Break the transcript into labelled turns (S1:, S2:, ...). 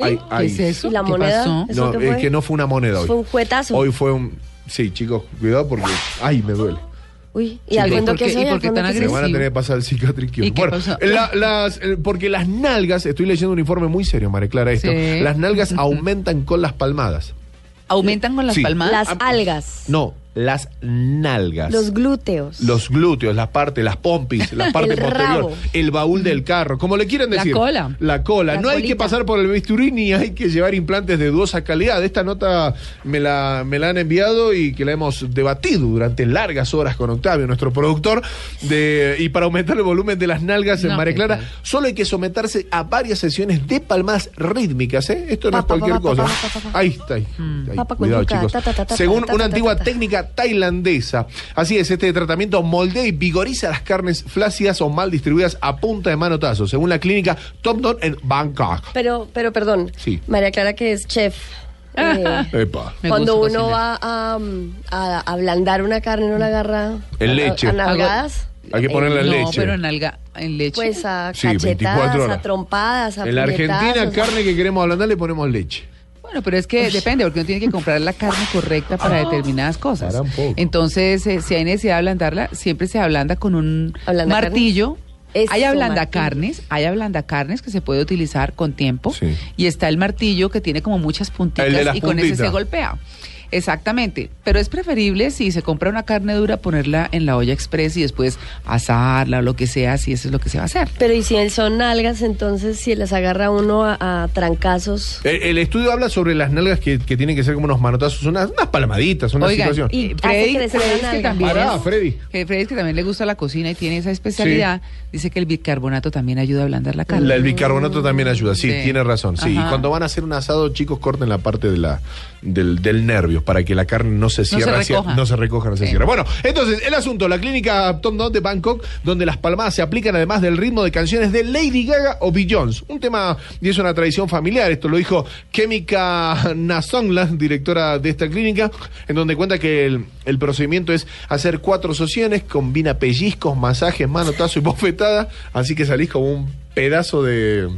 S1: Ay, ay.
S2: ¿Qué es eso?
S3: ¿Y la
S2: ¿Qué
S3: moneda?
S2: pasó?
S3: ¿Eso
S1: No,
S3: qué fue?
S1: es que no fue una moneda hoy.
S3: Fue un cuetazo.
S1: Hoy fue un... Sí, chicos, cuidado porque... Ay, me duele.
S3: Uy, ¿y al
S2: ¿y
S3: fondo
S2: por
S3: qué
S2: qué-
S3: es
S2: y por qué tan
S1: Me van a
S2: Agresivo.
S1: tener que pasar el psiquiátrico.
S2: ¿Y qué
S1: Bueno,
S2: pasó?
S1: la- las, eh, porque las nalgas, estoy leyendo un informe muy serio, María Clara, esto.
S2: Sí.
S1: Las nalgas aumentan con las palmadas.
S2: ¿Aumentan con las
S1: Sí.
S2: palmadas?
S3: Las algas,
S1: No, las nalgas.
S3: los glúteos.
S1: Los glúteos, las partes, las pompis, la parte
S3: El
S1: posterior,
S3: rabo.
S1: el baúl del carro, como le quieran
S2: La
S1: decir.
S2: cola.
S1: La cola.
S2: La
S1: no hay que
S2: colita.
S1: pasar por el bisturí ni hay que llevar implantes de dudosa calidad. Esta nota me la, me la han enviado y que la hemos debatido durante largas horas con Octavio, nuestro productor. De, y para aumentar el volumen de las nalgas en
S2: No,
S1: María
S2: qué
S1: Clara,
S2: tal.
S1: solo hay que someterse a varias sesiones de palmadas rítmicas. ¿eh? Esto no
S3: Pa,
S1: es
S3: pa, pa,
S1: cualquier
S3: pa,
S1: cosa.
S3: pa, pa, pa, pa, pa.
S1: Ahí está. ahí.
S2: Hmm.
S1: Ahí,
S3: Pa, pa,
S1: cuidado,
S3: cuentuca,
S1: chicos.
S3: ta, ta, ta, ta,
S1: Según
S3: ta, ta,
S1: una
S3: ta,
S1: antigua
S3: ta, ta.
S1: técnica tailandesa. Así es, este tratamiento moldea y vigoriza las carnes flácidas o mal distribuidas a punta de manotazo, según la clínica Thompson en Bangkok.
S3: Pero, pero perdón,
S1: Sí. Ah.
S3: María Clara que es chef. eh,
S1: Epa.
S2: Me
S3: cuando
S2: gusta
S3: uno va
S2: cocinar.
S3: a, um, a ablandar una carne, no la agarra
S1: En
S3: a-
S1: leche.
S3: a nalgadas.
S1: Hay que ponerle
S2: Eh, no,
S1: leche.
S2: pero en, alga, en leche.
S3: Pues a
S1: Sí, 24
S3: cachetadas,
S1: horas.
S3: a trompadas, a
S1: En la Argentina,
S3: puñetazos.
S1: carne que queremos ablandar le ponemos leche.
S2: Bueno, pero es que depende, porque uno tiene que comprar la carne correcta
S3: Ah.
S2: para determinadas cosas.
S1: Para un poco.
S2: Entonces, eh, si hay necesidad de ablandarla, siempre se ablanda con un
S3: ¿Ablanda
S2: martillo.
S3: Eso,
S2: hay ablandacarnes,
S3: martillo.
S2: hay ablandacarnes que se puede utilizar con tiempo.
S1: Sí.
S2: Y está el martillo que tiene como muchas puntitas
S1: El de las
S2: y con ese
S1: puntitas.
S2: se golpea. Exactamente, pero es preferible si se compra una carne dura ponerla en la olla express y después asarla o lo que sea, si eso es lo que se va a hacer.
S3: Pero y si son nalgas, entonces si las agarra uno a, a trancazos.
S1: Eh, El, el estudio habla sobre las nalgas que, que tienen que ser como unos manotazos, unas, unas palmaditas, una
S2: Oigan,
S1: situación.
S3: y-
S2: eh,
S3: hace
S2: Freddy,
S3: crecer la
S2: Freddy, que
S3: nalga.
S2: también
S1: Pará,
S2: es-
S1: Freddy.
S2: que Freddy, que también le gusta la cocina y tiene esa especialidad, dice que el bicarbonato también ayuda a ablandar la carne.
S1: La- el bicarbonato también ayuda, sí,
S2: Sí.
S1: tiene razón. Sí,
S2: Ajá.
S1: y cuando van a hacer un asado, chicos, corten la parte de la, del, del nervio para que la carne no se cierre,
S2: se
S1: hacia-
S2: recoja.
S1: no se recoja, no se
S2: Sí.
S1: cierre. Bueno, entonces, el asunto, la clínica Tom Dodd de Bangkok, donde las palmadas se aplican además del ritmo de canciones de Lady Gaga o Jones Un tema, y es una tradición familiar, esto lo dijo Kémica Nasongla, directora de esta clínica, en donde cuenta que el, el procedimiento es hacer cuatro sesiones, combina pellizcos, masajes, manotazo y bofetadas, así que salís como un pedazo de